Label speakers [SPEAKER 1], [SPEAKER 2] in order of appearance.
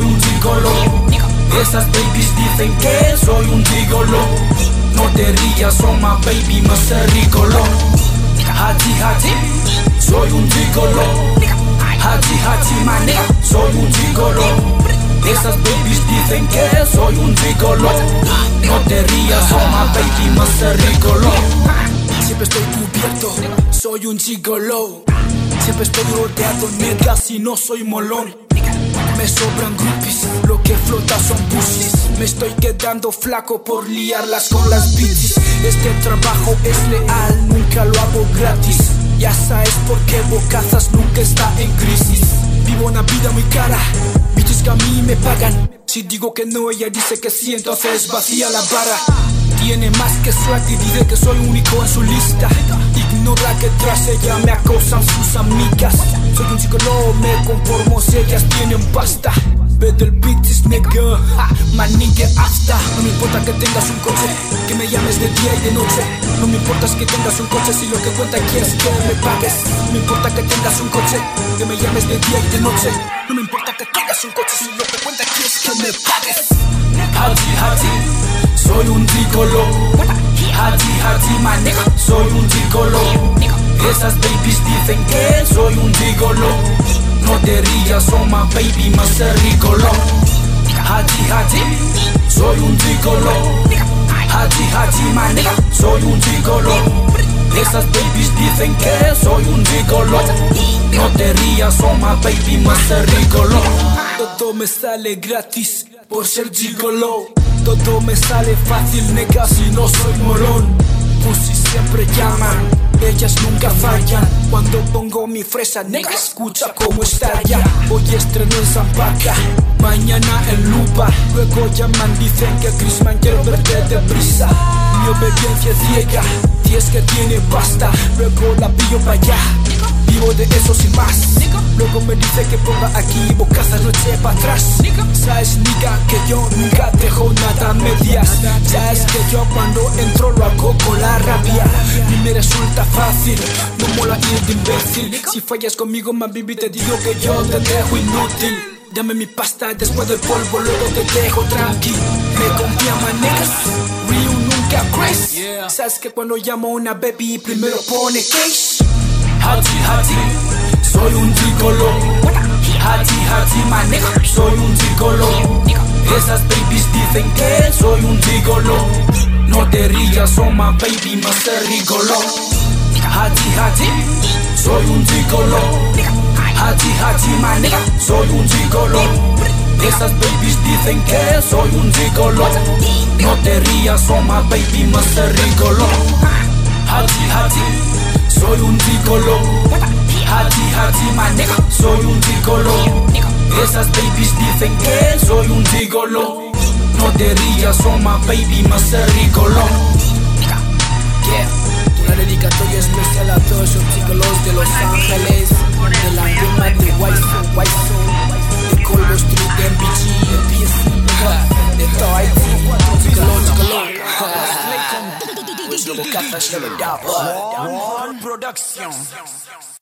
[SPEAKER 1] gigolo Esas babies dicen que soy un gigolo No te rías, son my baby, Mr. Rigolo Hachi, hachi, soy un gigolo Hachi, hachi, my nigga, soy un gigolo Esas babies dicen que soy un gigolo No te rías, son my baby, Mr. Rigolo Siempre estoy cubierto, soy un gigolo Siempre estoy rodeado, nigga, si no soy molón me sobran groupies, lo que flota son pussies Me estoy quedando flaco por liarlas con las bitches Este trabajo es leal, nunca lo hago gratis Ya sabes por qué Bocazas nunca está en crisis Vivo una vida muy cara, bitches que a mí me pagan Si digo que no, ella dice que sí, entonces vacía la vara tiene más que suerte y dice que soy único en su lista. Ignora que tras ella me acosan sus amigas. Soy un psicólogo, me conformo si ellas tienen pasta. Better bitches, nigga, manique hasta. No me importa que tengas un coche, que me llames de día y de noche. No me importa es que tengas un coche si lo que cuenta aquí es que me pagues. No me importa que tengas un coche, que me llames de día y de noche. No me importa que tengas un coche si lo que cuenta aquí es que me pagues. Hachi, hachi soy un gigolo Hachi, hachi, my nigga, soy un gigolo Esas babies dicen que soy un gigolo No te rías, son my baby, más rigolo Hachi, hachi, soy un gigolo Hachi, hachi, my nigga, soy un gigolo Esas babies dicen que soy un gigolo No te rías, son my baby, más rigolo Todo me sale gratis por ser gigolo todo me sale fácil, nega, si no soy molón. Pussy siempre llaman, ellas nunca fallan. Cuando pongo mi fresa, nega, escucha cómo estalla. Hoy estreno en Zampaca, mañana en Lupa. Luego llaman, dicen que Crisman quiero verte deprisa. Mi obediencia es ciega, y es que tiene pasta. Luego la pillo para allá. Vivo de eso sin más. Luego me dice que ponga aquí bocazas noche para atrás. Sabes, nigga, que yo nunca dejo nada a medias. Ya es que yo cuando entro lo hago con la rabia. Ni me resulta fácil, no mola ir de imbécil. Si fallas conmigo, man, baby, te digo que yo te dejo inútil. Dame mi pasta después del polvo, luego te dejo tranqui. Me confía maneras, Ryu nunca crazy. Sabes que cuando llamo a una baby, primero pone case. Hachi, hachi, soy un gigolo Hachi, hachi, my nigga, soy un gigolo Esas babies dicen que soy un gigolo No te rías, son my baby, más rigolo Hachi, hachi, soy un gigolo Hachi, hachi, my nigga, soy un gigolo Esas babies dicen que soy un gigolo No te rías, son my baby, más rigolo Hachi, hachi soy un gigolo Hachi, hachi, my nigga, soy un gigolo Esas babies dicen que soy un gigolo No te rías, son my baby, más rigolo Yeah, una dedicatoria especial a todos esos gigolos de Los Ángeles De la firma de Waifu, Waifu De Colbert Street, de MBG, de De todo Haití, gigolo, gigolo Bocazas, One Production.